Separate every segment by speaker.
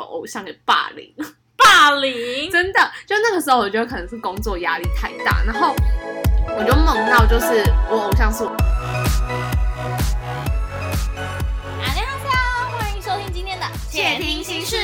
Speaker 1: 偶像给霸凌，
Speaker 2: 霸凌，
Speaker 1: 真的，就那个时候我觉得可能是工作压力太大，然后我就梦到就是我偶像是我
Speaker 2: 阿亮好，欢迎收听今天的
Speaker 1: 窃听心事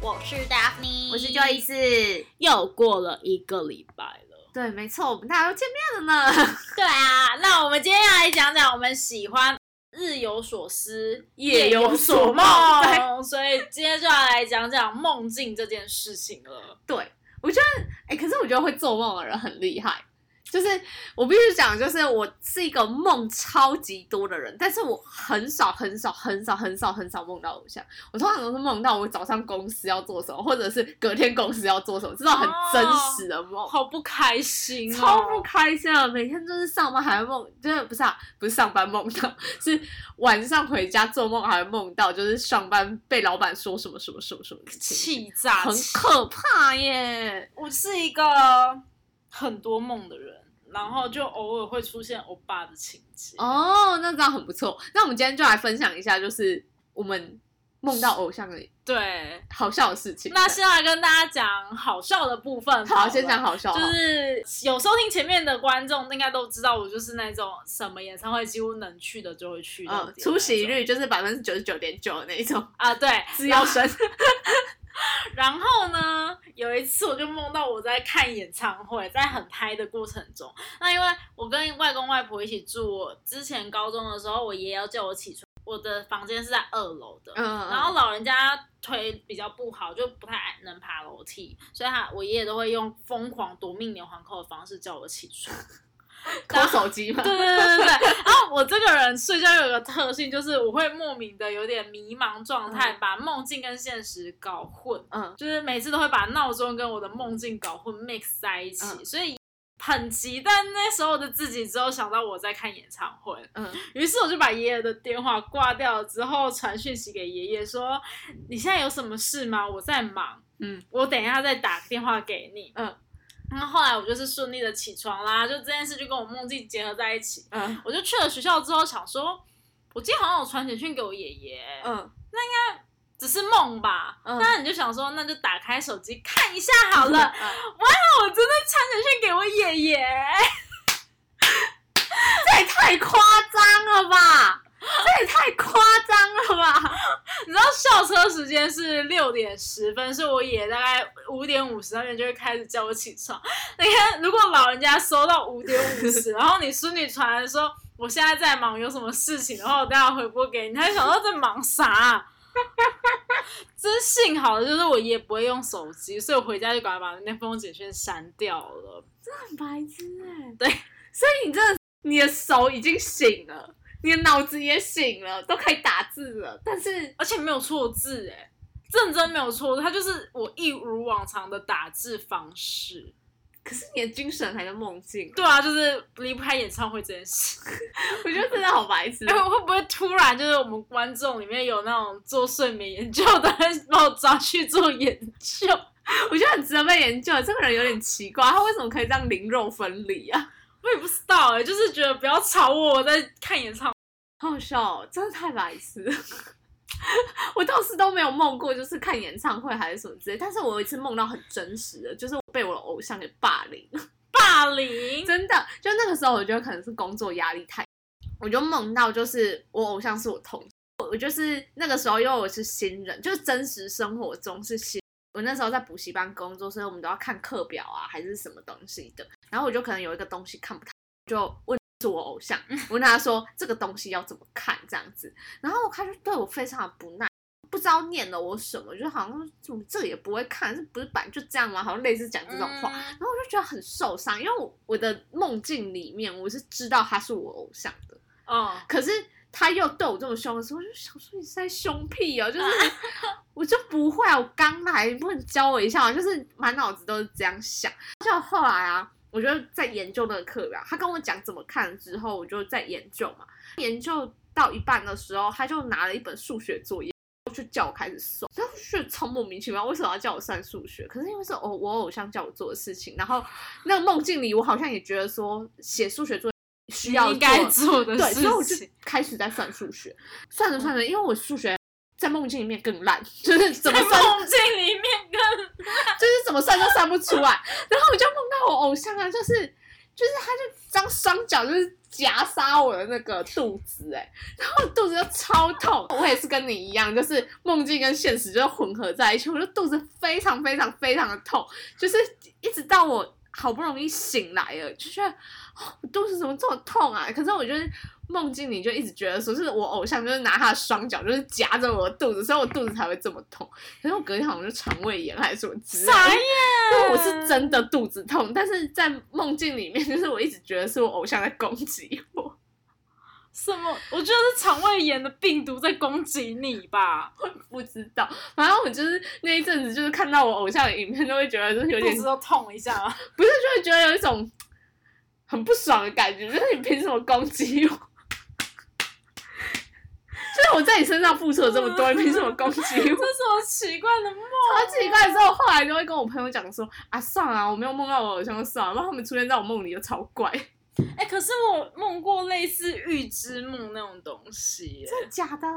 Speaker 2: 我是 Daphne，
Speaker 1: 我是 Joyce，
Speaker 2: 又过了一个礼拜了。
Speaker 1: 对，没错，我们大家都见面了呢。
Speaker 2: 对啊，那我们今天要来讲讲我们喜欢日有所思，夜有所梦
Speaker 1: 夜有，
Speaker 2: 所以今天就要来讲讲梦境这件事情了。
Speaker 1: 对，我觉得，哎、可是我觉得会做梦的人很厉害。就是我必须讲，就是我是一个梦超级多的人，但是我很少很少很少很少很少梦到偶像。我通常都是梦到我早上公司要做什么，或者是隔天公司要做什么，这种很真实的梦。
Speaker 2: 好不开心哦，
Speaker 1: 超不开心了，每天就是上班还会梦，就是不是啊，不是上班梦到， 是晚上回家做梦还会梦到，就是上班被老板说什么什么什么什么的情形，
Speaker 2: 气炸，
Speaker 1: 很
Speaker 2: 气
Speaker 1: 可怕耶。
Speaker 2: 我是一个很多梦的人，然后就偶尔会出现欧巴的情节。
Speaker 1: 哦，那这样很不错。那我们今天就来分享一下，就是我们梦到偶像的
Speaker 2: 对，
Speaker 1: 好笑的事情。
Speaker 2: 那先来跟大家讲好笑的部分
Speaker 1: 好，
Speaker 2: 了
Speaker 1: 先讲。好笑好。
Speaker 2: 就是有收听前面的观众应该都知道，我就是那种什么演唱会几乎能去的就会去的那
Speaker 1: 嗯
Speaker 2: 种，
Speaker 1: 出席率就是百分之九十九点九的那一种，
Speaker 2: 啊， 对。
Speaker 1: 自由生。
Speaker 2: 然后呢，有一次我就梦到我在看演唱会，在很嗨的过程中，那因为我跟外公外婆一起住，我之前高中的时候，我爷爷要叫我起床，我的房间是在二楼的，
Speaker 1: 嗯嗯，
Speaker 2: 然后老人家腿比较不好，就不太能爬楼梯，所以他我爷爷都会用疯狂夺命连环扣的方式叫我起床。
Speaker 1: 抠手机嘛
Speaker 2: 对。对对对对。然后我这个人睡觉有个特性，就是我会莫名的有点迷茫状态，
Speaker 1: 嗯
Speaker 2: 把梦境跟现实搞混，
Speaker 1: 嗯，
Speaker 2: 就是每次都会把闹钟跟我的梦境搞混 mix 在一起，
Speaker 1: 嗯
Speaker 2: 所以。很急，但那时候的自己只有想到我在看演唱会，
Speaker 1: 嗯，
Speaker 2: 于是我就把爷爷的电话挂掉之后，传讯息给爷爷说：“你现在有什么事吗？我在忙，
Speaker 1: 嗯，
Speaker 2: 我等一下再打电话给你。”
Speaker 1: 嗯，
Speaker 2: 然后后来我就是顺利的起床啦，就这件事就跟我梦境结合在一起。
Speaker 1: 嗯
Speaker 2: 我就去了学校之后，想说，我今天好像有传简讯给我爷爷，
Speaker 1: 嗯，
Speaker 2: 只是梦吧。
Speaker 1: 嗯
Speaker 2: 那、你就想说，那就打开手机看一下 好了。
Speaker 1: 嗯，
Speaker 2: 那哦我真的传简讯给我爷爷，
Speaker 1: 这也太夸张了吧！这也太夸张了吧！
Speaker 2: 你知道校车时间是六点十分，所以我爷爷大概五点五十那边就会开始叫我起床。你看，如果老人家收到五点五十，然后你孙女传来说我现在在忙，有什么事情的话，我待会回拨给你，他就想到在忙啥、真幸好的就是我爷爷不会用手机，所以我回家就赶快把那封简讯删掉了。
Speaker 1: 很白痴哎、
Speaker 2: 对，
Speaker 1: 所以你真的，你的手已经醒了，你的脑子也醒了，都可以打字了，但是
Speaker 2: 而且没有错字哎、认真没有错，他就是我一如往常的打字方式。
Speaker 1: 可是你的精神还在梦境，
Speaker 2: 对啊，就是离不开演唱会这件事。
Speaker 1: 我觉得真的好白痴
Speaker 2: 哎、。会不会突然就是我们观众里面有那种做睡眠研究的人，把我抓去做研究？
Speaker 1: 我觉得很值得被研究。这个人有点奇怪，他为什么可以这样灵肉分离啊？
Speaker 2: 我也不知道哎、就是觉得不要吵我，我在看演唱会。
Speaker 1: 好好笑、哦，真的太白痴 了。我倒是都没有梦过，就是看演唱会还是什么之类。但是我有一次梦到很真实的，就是我被我的偶像给霸凌，
Speaker 2: 霸凌，
Speaker 1: 真的。就那个时候，我觉得可能是工作压力太，我就梦到就是我偶像是我同事，我我就是那个时候因为我是新人，就是真实生活中是新。我那时候在补习班工作，所以我们都要看课表啊，还是什么东西的。然后我就可能有一个东西看不太，就问是我偶像，我问他说这个东西要怎么看这样子。然后他就对我非常的不耐，不知道念了我什么，就好像怎么这个也不会看，这不是本来就这样吗？好像类似讲这种话。
Speaker 2: 嗯
Speaker 1: 然后我就觉得很受伤，因为我我的梦境里面我是知道他是我偶像的，
Speaker 2: 哦，
Speaker 1: 可是他又对我这么凶的时候，我就想说你是在凶屁哦，就是我就不会啊，我刚来，你不能教我一下吗？就是满脑子都是这样想。就后来啊，我就在研究那个课表，他跟我讲怎么看之后，我就在研究嘛，研究到一半的时候，他就拿了一本数学作业。就叫我开始算，所以我就觉得超莫名其妙，为什么要叫我算数学？可是因为是偶我偶像叫我做的事情，然后那个梦境里，我好像也觉得说写数学作业需要
Speaker 2: 你应该
Speaker 1: 做
Speaker 2: 做的
Speaker 1: 对，所以我
Speaker 2: 事
Speaker 1: 就
Speaker 2: 情。
Speaker 1: 开始在算数学，算着算着，因为我数学在梦境里面更烂，就是怎么
Speaker 2: 在
Speaker 1: 算
Speaker 2: 梦境里
Speaker 1: 叫不出来，然后我就梦到我偶像啊，就是就是他就张双脚就是夹杀我的那个肚子、欸，哎，然后肚子就超痛。我也是跟你一样，就是梦境跟现实就是混合在一起，我就肚子非常非常非常的痛，就是一直到我好不容易醒来了，就觉得、哦我肚子怎么这么痛啊？可是我觉得。梦境里就一直觉得说是我偶像，就是拿他的双脚，就是夹着我的肚子，所以我肚子才会这么痛。可是我隔天好像就肠胃炎还是什么之类的，
Speaker 2: 傻眼
Speaker 1: 因为我是真的肚子痛，但是在梦境里面，就是我一直觉得是我偶像在攻击我，
Speaker 2: 什么？我觉得是肠胃炎的病毒在攻击你吧，
Speaker 1: 不知道。反正我就是那一阵子，就是看到我偶像的影片，都会觉得就是有
Speaker 2: 肚
Speaker 1: 点，
Speaker 2: 子都痛一下。
Speaker 1: 不是就会觉得有一种很不爽的感觉，就是你凭什么攻击我？ 就是我在你身上付出了这么多，你凭什么攻击
Speaker 2: 这
Speaker 1: 我？
Speaker 2: 什么奇怪的梦？
Speaker 1: 超奇怪的时候，后来就会跟我朋友讲说啊，算了、啊，我没有梦到我偶像，就算了，然后他们出现在我梦里就超怪，
Speaker 2: 哎、可是我梦过类似预知梦那种东西耶、
Speaker 1: 真的假的？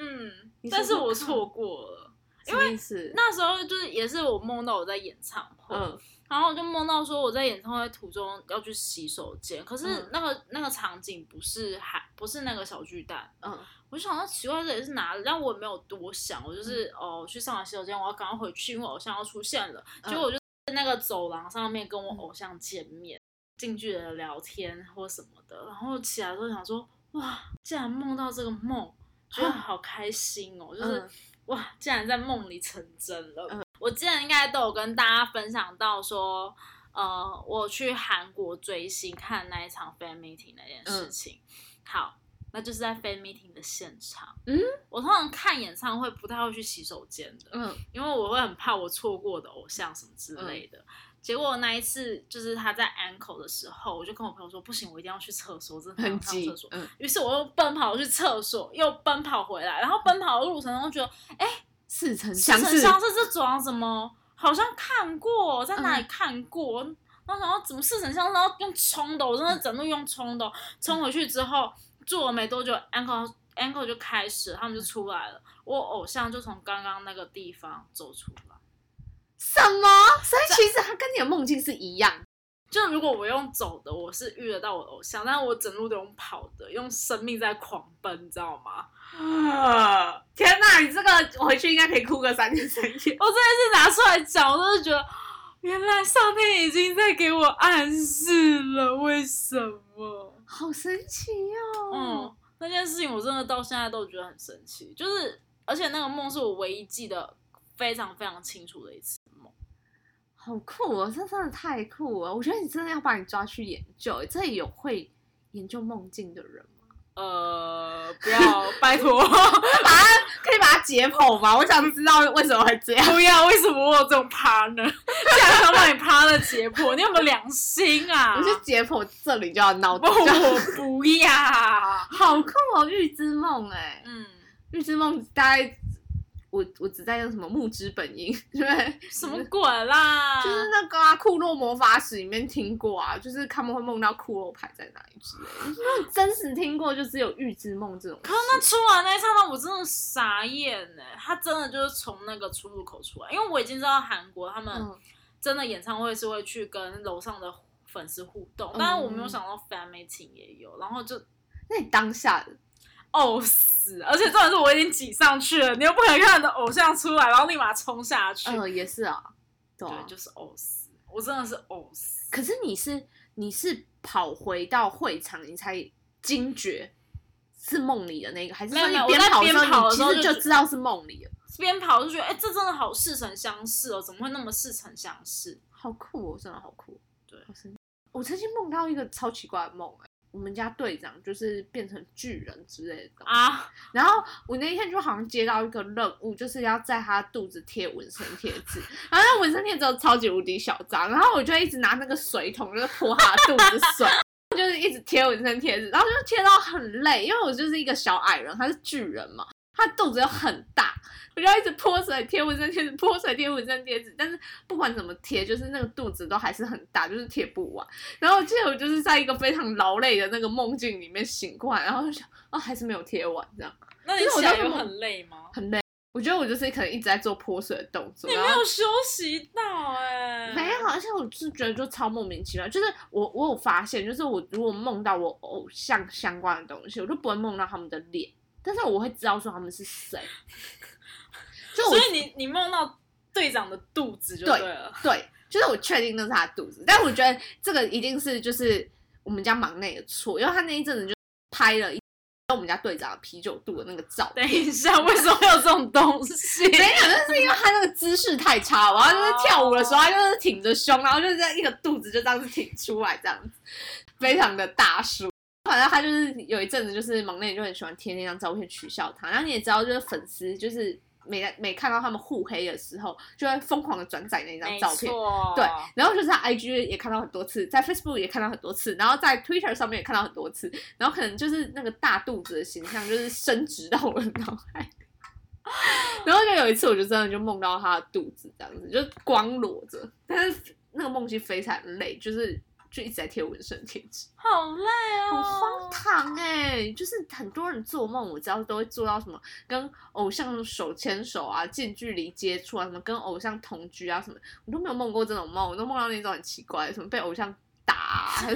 Speaker 2: 嗯
Speaker 1: 你，
Speaker 2: 但
Speaker 1: 说
Speaker 2: 是
Speaker 1: 说
Speaker 2: 我
Speaker 1: 看
Speaker 2: 错过了。
Speaker 1: 因为是
Speaker 2: 那时候就是也是我梦到我在演唱会，
Speaker 1: 嗯
Speaker 2: 然后我就梦到说我在演唱会途中要去洗手间，可是
Speaker 1: 嗯
Speaker 2: 那个、那个场景不是还不是那个小巨蛋，
Speaker 1: 嗯
Speaker 2: 我就想到奇怪这里是哪里，但我也没有多想，我就是、哦去上完洗手间，我要赶快回去，因为偶像要出现了，
Speaker 1: 嗯
Speaker 2: 结果我就在那个走廊上面跟我偶像见面，近距离的聊天或什么的，然后起来的时候想说哇，竟然梦到这个梦，觉得
Speaker 1: 啊
Speaker 2: 好开心哦，就是。
Speaker 1: 嗯
Speaker 2: 哇，竟然在梦里成真了！我之前应该都有跟大家分享到说，呃，我去韩国追星看那一场 fan meeting 那件
Speaker 1: 嗯
Speaker 2: 事情。好，那就是在 fan meeting 的现场。
Speaker 1: 嗯，
Speaker 2: 我通常看演唱会不太会去洗手间的，
Speaker 1: 嗯
Speaker 2: 因为我会很怕我错过我的偶像什么之类的。结果那一次就是他在 ankle 的时候，我就跟我朋友说，不行，我一定要去厕所，我真的很
Speaker 1: 很
Speaker 2: 想上
Speaker 1: 急
Speaker 2: 厕所，。
Speaker 1: 嗯
Speaker 2: 于是我又奔跑去厕所，又奔跑回来，然后奔跑的路程中觉得，哎、
Speaker 1: 似曾
Speaker 2: 似
Speaker 1: 相
Speaker 2: 曾
Speaker 1: 识，
Speaker 2: 相识这种怎么好像看过，在哪里看过？然后想到怎么似曾相识，然后用冲的，我真的整路用冲的，冲回去之后坐了没多久，uncle uncle 就开始了，他们就出来了，我偶像就从刚刚那个地方走出来。
Speaker 1: 什么？所以其实它跟你的梦境是一样，
Speaker 2: 就如果我用走的，我是遇得到我偶像，但是我整路都用跑的，用生命在狂奔，你知道吗？
Speaker 1: 天哪！你这个我回去应该可以哭个三天三夜。
Speaker 2: 我真的是拿出来讲，我都是觉得，原来上天已经在给我暗示了，为什么？
Speaker 1: 好神奇哦！
Speaker 2: 嗯，那件事情我真的到现在都觉得很神奇，就是而且那个梦是我唯一记得非常非常清楚的一次梦。
Speaker 1: 好酷哦，这真的太酷了！我觉得你真的要把你抓去研究，欸这里有会研究梦境的人吗？
Speaker 2: 呃，不要，拜托，
Speaker 1: 可以把它解剖吗？我想知道为什么会这样。
Speaker 2: 不要！为什么我有这种 partner？这样想把你 partner 解剖，你有没有良心啊？
Speaker 1: 我是解剖这里就要闹
Speaker 2: 不，
Speaker 1: 钟，
Speaker 2: 我不 要。
Speaker 1: 好酷哦！预知梦哎、
Speaker 2: 嗯，
Speaker 1: 预知梦大概我我只在用什么木之本因， 对不对？
Speaker 2: 什么鬼啦？
Speaker 1: 就是那个啊，库洛魔法使里面听过啊，就是他们会梦到库洛牌在哪里之类的， 没有真实听过，就只有预知梦这种
Speaker 2: 可。是那出来那一刹那，我真的傻眼呢、欸他真的就是从那个出入口出来，因为我已经知道韩国他们
Speaker 1: 嗯
Speaker 2: 真的演唱会是会去跟楼上的粉丝互动，
Speaker 1: 嗯
Speaker 2: 但是我没有想到 fan meeting 也有，然后就
Speaker 1: 那你当下
Speaker 2: 呕死，而且重点是我已经挤上去了，你又不可能看你的偶像出来，然后立马冲下去，
Speaker 1: 嗯、呃、也是啊，对啊
Speaker 2: 对，就是呕死，我真的是呕死。
Speaker 1: 可是你是你是跑回到会场，你才惊觉是梦里的那个，还是
Speaker 2: 没有
Speaker 1: 说
Speaker 2: 没
Speaker 1: 你
Speaker 2: 有
Speaker 1: 边
Speaker 2: 我在
Speaker 1: 跑
Speaker 2: 边跑的
Speaker 1: 时
Speaker 2: 时候
Speaker 1: 候，你其
Speaker 2: 就
Speaker 1: 实
Speaker 2: 觉
Speaker 1: 就知道是梦里了？
Speaker 2: 边跑就觉得，哎、这真的好似曾相识哦，怎么会那么似曾相识？
Speaker 1: 好酷哦，真的好酷，
Speaker 2: 对
Speaker 1: 好神奇。我曾经梦到一个超奇怪的梦、哎，我们家队长就是变成巨人之类的东西
Speaker 2: 啊，
Speaker 1: 然后我那一天就好像接到一个任务，就是要在他肚子贴纹身贴纸，然后那纹身贴纸有超级无敌小张，然后我就一直拿那个水桶就是泼他的肚子水， 就是一直贴纹身贴纸，然后就贴到很累，因为我就是一个小矮人，他是巨人嘛，他肚子又很大，我就要一直泼水贴纹身贴纸，泼水贴纹身贴纸，但是不管怎么贴，就是那个肚子都还是很大，就是贴不完。然后我记得我就是在一个非常劳累的那个梦境啊里面醒过来，然后就想，哦，还是没有贴完这样。
Speaker 2: 那你
Speaker 1: 其实我
Speaker 2: 起来
Speaker 1: 当时
Speaker 2: 有
Speaker 1: 梦
Speaker 2: 很累吗？
Speaker 1: 很累。我觉得我就是可能一直在做泼水的动作，
Speaker 2: 你没
Speaker 1: 然后
Speaker 2: 有休息到哎、
Speaker 1: 没有，而且我是觉得就超莫名其妙。就是我我有发现，就是我如果梦到我偶像相关的东西，我就不会梦到他们的脸，但是我会知道说他们是 谁。就我
Speaker 2: 所以你你梦到队长的肚子就对了。
Speaker 1: 对，就是我确定那是他的肚子，但我觉得这个一定是就是我们家忙内的错，因为他那一阵子就拍了一我们家队长的啤酒肚的那个照片。
Speaker 2: 等一下，为什么会有这种 东西？
Speaker 1: 没有，就是因为他那个姿势太差，然后就是跳舞的时候，他就是挺着胸，然后就是这样一个肚子就这样子挺出来，这样子非常的大叔。反正他就是有一阵子，就是忙内就很喜欢贴那张照片取笑他。然后你也知道，就是粉丝就是每每看到他们互黑的时候，就会疯狂的转载那张
Speaker 2: 没
Speaker 1: 照片。
Speaker 2: 错，
Speaker 1: 对，然后就是在 IG 也看到很多次，在 Facebook 也看到很多次，然后在 Twitter 上面也看到很多次，然后可能就是那个大肚子的形象就是升值到我的脑海。 然后就有一次，我就真的就梦到他的肚子这样子，就是光裸着，但是那个梦境非常累，就是就一直在贴纹身贴纸，
Speaker 2: 好累哦，
Speaker 1: 很荒唐哎、就是很多人做梦，我知道都会做到什么跟偶像手牵手啊、近距离接触啊，什么跟偶像同居啊什么，我都没有梦过这种梦，我都梦到那种很奇怪的，什么被偶像打、啊， 还是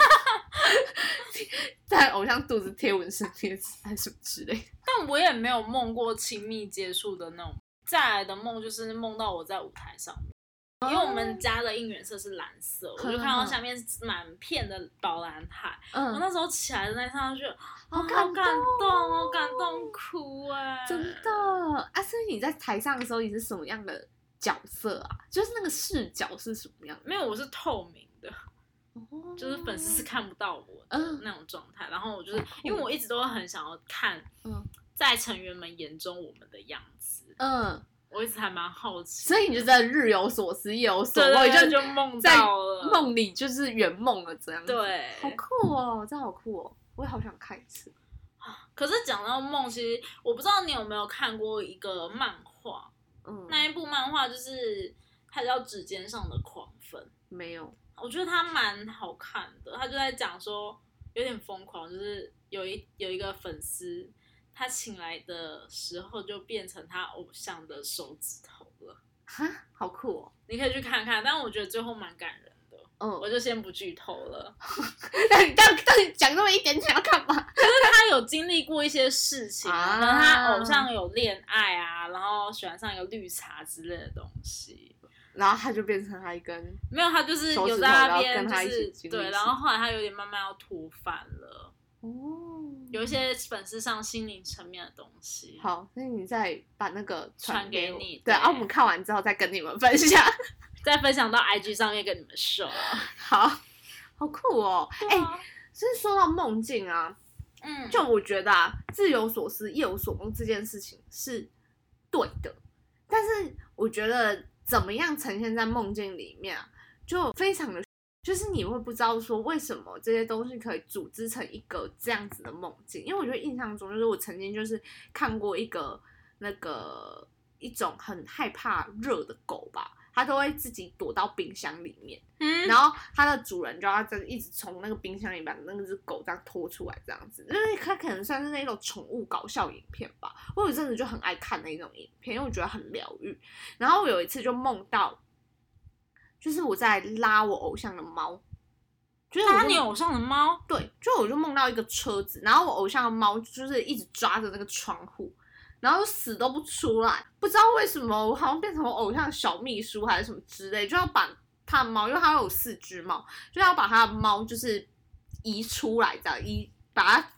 Speaker 1: 在偶像肚子贴纹身贴纸还是什么之类的。
Speaker 2: 但我也没有梦过亲密接触的那种。再来的梦就是梦到我在舞台上面，
Speaker 1: 哦
Speaker 2: 因为我们家的应援色是蓝色，我就看到下面满片的宝蓝海。我
Speaker 1: 嗯，
Speaker 2: 那时候起来的那一刹那就，
Speaker 1: 好
Speaker 2: 啊
Speaker 1: 感
Speaker 2: 感
Speaker 1: 动
Speaker 2: 动哦，感动哭 哎、
Speaker 1: 真的啊，所以你在台上的时候你是什么样的角色啊？就是那个视角是什么样的？
Speaker 2: 没有，我是透明的，就是粉丝是看不到我的
Speaker 1: 嗯
Speaker 2: 那种状态。然后我就是
Speaker 1: 好酷哦
Speaker 2: 因为我一直都很想要看
Speaker 1: 嗯
Speaker 2: 在成员们眼中我们的样子，
Speaker 1: 嗯，
Speaker 2: 我一直还蛮好奇。
Speaker 1: 所以你就真的日有所思夜有所
Speaker 2: 对
Speaker 1: 梦，
Speaker 2: 对
Speaker 1: 你就
Speaker 2: 对，就嗯梦
Speaker 1: 在
Speaker 2: 到了，
Speaker 1: 梦里就是圆梦了这样子。，
Speaker 2: 对，
Speaker 1: 好酷哦，真的好酷哦，我也好想看一次。
Speaker 2: 可是讲到梦，其实我不知道你有没有看过一个漫画，
Speaker 1: 嗯，
Speaker 2: 那一部漫画就是它叫《指尖上的狂粉》，
Speaker 1: 没有，
Speaker 2: 我觉得它蛮好看的。它就在讲说有点疯狂，就是有一有一个粉丝，他醒来的时候就变成他偶像的手指头了。
Speaker 1: 哈，好酷哦。
Speaker 2: 你可以去看看，但我觉得最后蛮感人的，我
Speaker 1: 嗯，
Speaker 2: 就先不剧透了。
Speaker 1: 那你到到底讲那么一点点要干嘛？
Speaker 2: 他有经历过一些事情啊，
Speaker 1: 啊
Speaker 2: 可能他偶像有恋爱啊，然后喜欢上一个绿茶之类的东西。
Speaker 1: 然后他就变成他一根，
Speaker 2: 没有，他就是
Speaker 1: 手指
Speaker 2: 有
Speaker 1: 头
Speaker 2: 在那边，
Speaker 1: 然后跟
Speaker 2: 就
Speaker 1: 他一起
Speaker 2: 是
Speaker 1: 经历
Speaker 2: 对，
Speaker 1: 事
Speaker 2: 然后后来他有点慢慢要脱反了，
Speaker 1: 哦，
Speaker 2: 有一些粉丝上心灵层面的东西。，
Speaker 1: 好，那你再把那个
Speaker 2: 传给
Speaker 1: 我
Speaker 2: 你
Speaker 1: 对，
Speaker 2: 对
Speaker 1: 啊，我们看完之后再跟你们分享。
Speaker 2: 再分享到 IG 上面跟你们说。
Speaker 1: 好，好酷哦。哎、
Speaker 2: 对啊
Speaker 1: 就是说到梦境啊，
Speaker 2: 嗯，
Speaker 1: 就我觉得啊，日有所思，夜有所梦这件事情是对的，但是我觉得怎么样呈现在梦境里面、啊，就非常的，就是你会不知道说为什么这些东西可以组织成一个这样子的梦境，因为我觉得印象中就是我曾经就是看过一个那个一种很害怕热的狗吧，它都会自己躲到冰箱里面。
Speaker 2: 嗯
Speaker 1: 然后它的主人就要真一直从那个冰箱里把那只狗这样拖出来，这样子，因为它可能算是那种宠物搞笑影片吧。我有一阵子就很爱看那种影片，因为我觉得很疗愈。然后我有一次就梦到，就是我在拉我偶像的猫，就是我
Speaker 2: 拉
Speaker 1: 就
Speaker 2: 你偶像的猫，
Speaker 1: 对，就我就梦到一个车子，然后我偶像的猫就是一直抓着那个窗户，然后死都不出来，不知道为什么我好像变成我偶像的小秘书还是什么之类，就要把他的猫，因为他有四只猫，就要把他的猫就是移出来，这样移把它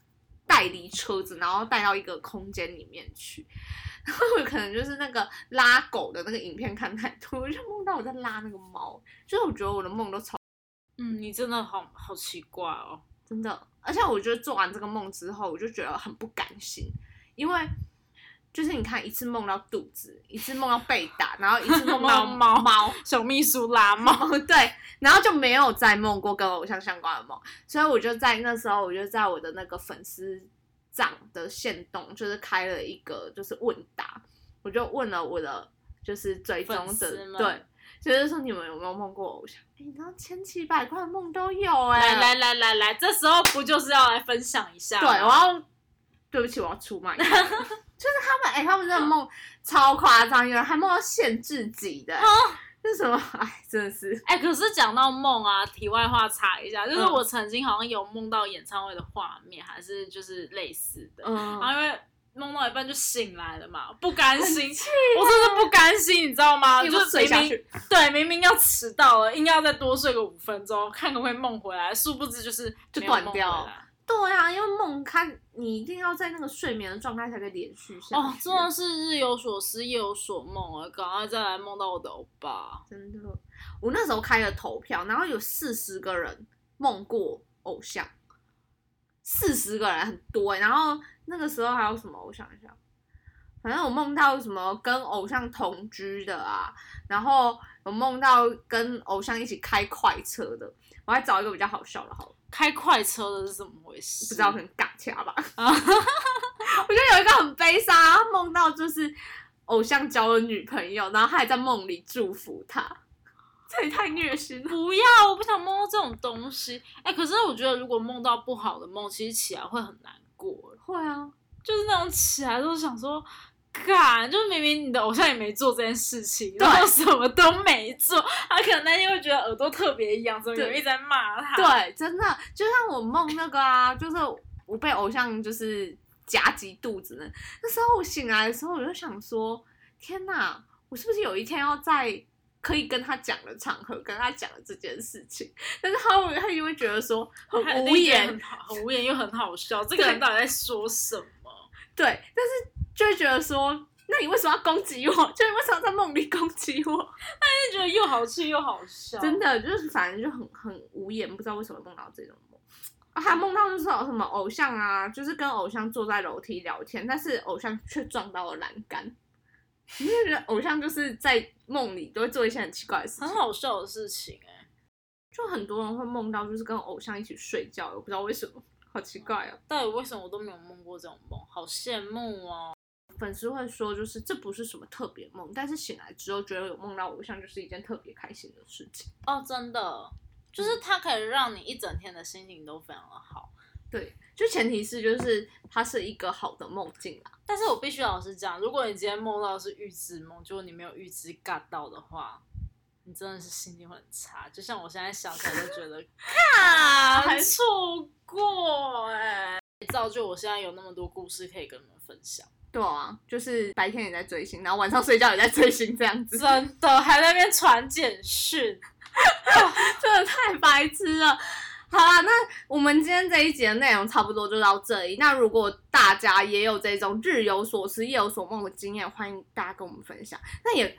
Speaker 1: 带离车子，然后带到一个空间里面去。 然后我可能就是那个拉狗的那个影片看太多，我就梦到我在拉那个猫，就是我觉得我的梦都超。
Speaker 2: 嗯，你真的好好奇怪哦。
Speaker 1: 真的。而且我觉得做完这个梦之后，我就觉得很不甘心，因为就是你看一次梦到肚子，一次梦到被打，然后一次梦 到
Speaker 2: 梦到猫
Speaker 1: 猫，
Speaker 2: 小秘书拉猫，
Speaker 1: 哦，对，然后就没有再梦过跟偶像相关的梦，所以我就在那时候，我就在我的那个粉丝长的线动，就是开了一个就是问答，我就问了我的就是追踪
Speaker 2: 粉
Speaker 1: 者
Speaker 2: 丝，们
Speaker 1: 对，就是说你们有没有梦过偶像？哎，你知道千奇百怪的梦都有哎、
Speaker 2: 来来来来来，这时候不就是要来分享一下？
Speaker 1: 对，我要对不起，我要出 卖你。就是他们，哎、他们真的梦超夸张，有人还梦到限制级
Speaker 2: 哦
Speaker 1: 的、哎这是什么？ 哎，真的是，
Speaker 2: 哎、可是讲到梦啊，题外话插一下，就是
Speaker 1: 嗯
Speaker 2: 我曾经好像有梦到演唱会的画面，还是就是类似的，然
Speaker 1: 嗯，
Speaker 2: 后因为梦到一半就醒来了嘛，不甘心，我真的不甘心，你知道吗？
Speaker 1: 你
Speaker 2: 就
Speaker 1: 有没有
Speaker 2: 是
Speaker 1: 睡
Speaker 2: 明
Speaker 1: 下
Speaker 2: 明
Speaker 1: 去
Speaker 2: 对明明要迟到了，应该要再多睡个五分钟，看可不可以梦回来，殊不知就是
Speaker 1: 就
Speaker 2: 没有
Speaker 1: 断
Speaker 2: 梦
Speaker 1: 掉
Speaker 2: 回来
Speaker 1: 对啊，因为梦看你一定要在那个睡眠的状态才可以连续下去。
Speaker 2: 哦，真的是日有所思，夜有所梦啊！赶快再来梦到我的欧巴，
Speaker 1: 真的，我那时候开了投票，然后有四十个人梦过偶像，四十个人很多、欸、然后那个时候还有什么？我想一下，反正我梦到什么跟偶像同居的啊，然后有梦到跟偶像一起开快车的。我还找一个比较好笑的，好了，
Speaker 2: 开快车的是怎么回事？
Speaker 1: 不知道可能嘎掐 吧。
Speaker 2: 啊，
Speaker 1: 我觉得有一个很悲伤，他梦到就是偶像交了女朋友，然后他还在梦里祝福他，这也太虐心了。
Speaker 2: 不要，我不想梦到这种东西。哎、可是我觉得如果梦到不好的梦，其实起来会很难过，
Speaker 1: 会 啊，
Speaker 2: 就是那种起来都想说。干，就是明明你的偶像也没做这件事情，
Speaker 1: 对
Speaker 2: 然后什么都没做，他可能那天会觉得耳朵特别痒，怎么有人
Speaker 1: 对
Speaker 2: 一直在骂他？，
Speaker 1: 对，真的就像我梦那个啊，就是我被偶像就是夹击肚子呢。那时候我醒来的时候，我就想说，天哪，我是不是有一天要在可以跟他讲的场合跟他讲了这件事情？但是他会他就会觉得说很
Speaker 2: 他一定
Speaker 1: 无
Speaker 2: 觉得
Speaker 1: 言
Speaker 2: 很，好很无言又很好笑。这个人
Speaker 1: 对
Speaker 2: 到底在说什么？
Speaker 1: 对，但是就会觉得说。那你为什么要攻击我？ 就你为什么要在梦里攻击我？
Speaker 2: 就觉得又好气又好笑，
Speaker 1: 真的就是反正就很很无言，不知道为什么梦到这种梦。啊，还梦到就是有什么偶像啊，就是跟偶像坐在楼梯聊天，但是偶像却撞到了栏杆。 你就觉得偶像就是在梦里都会做一些很奇怪的事
Speaker 2: 很
Speaker 1: 情，
Speaker 2: 好笑的事情哎、
Speaker 1: 就很多人会梦到就是跟偶像一起睡觉，我不知道为什么，好奇怪哦。
Speaker 2: 到底为什么我都没有梦过这种梦？好羡慕哦！
Speaker 1: 粉丝会说，就是这不是什么特别梦，但是醒来之后觉得有梦到偶像就是一件特别开心的事情。
Speaker 2: 哦，真的，就是它可以让你一整天的心情都非常的好。
Speaker 1: 对，就前提是就是它是一个好的梦境啊啦。
Speaker 2: 但是我必须老实讲，如果你今天梦到的是预知梦，结果你没有预知 get 到的话，你真的是心情会很差。就像我现在想起来就觉得，看错过哎、造就我现在有那么多故事可以跟你们分享。
Speaker 1: 对啊，就是白天也在追星，然后晚上睡觉也在追星，这样子，
Speaker 2: 真的还在那边传简讯，
Speaker 1: 真的太白痴了。好啦，那我们今天这一集的内容差不多就到这里。那如果大家也有这种日有所思、夜有所梦的经验，欢迎大家跟我们分享。那也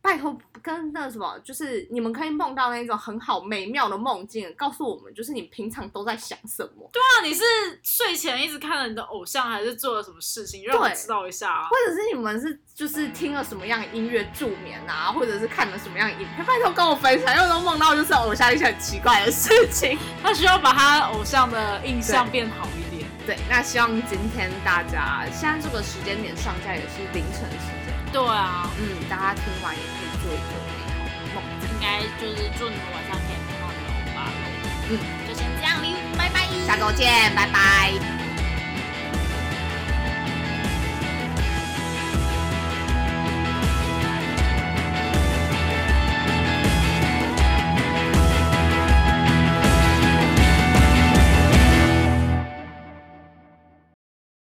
Speaker 1: 拜托跟那什么，就是你们可以梦到那种很好美妙的梦境，告诉我们就是你平常都在想什么，
Speaker 2: 那你是睡前一直看了你的偶像，还是做了什么事情？让我知道一下啊！
Speaker 1: 或者是你们是就是听了什么样的音乐助眠啊，或者是看了什么样的影片，拜托跟我分享，因为我都梦到就是偶像一些很奇怪的事情。
Speaker 2: 他需要把他偶像的印象变好一点。
Speaker 1: 对，那希望今天大家现在这个时间点上架也是凌晨时间，
Speaker 2: 对啊，
Speaker 1: 嗯，大家听完也可以做一个美好的梦。
Speaker 2: 应该就是祝你们晚上可以梦到你的欧巴。
Speaker 1: 嗯，
Speaker 2: 就先这样哩，拜拜。
Speaker 1: 下周见，拜拜。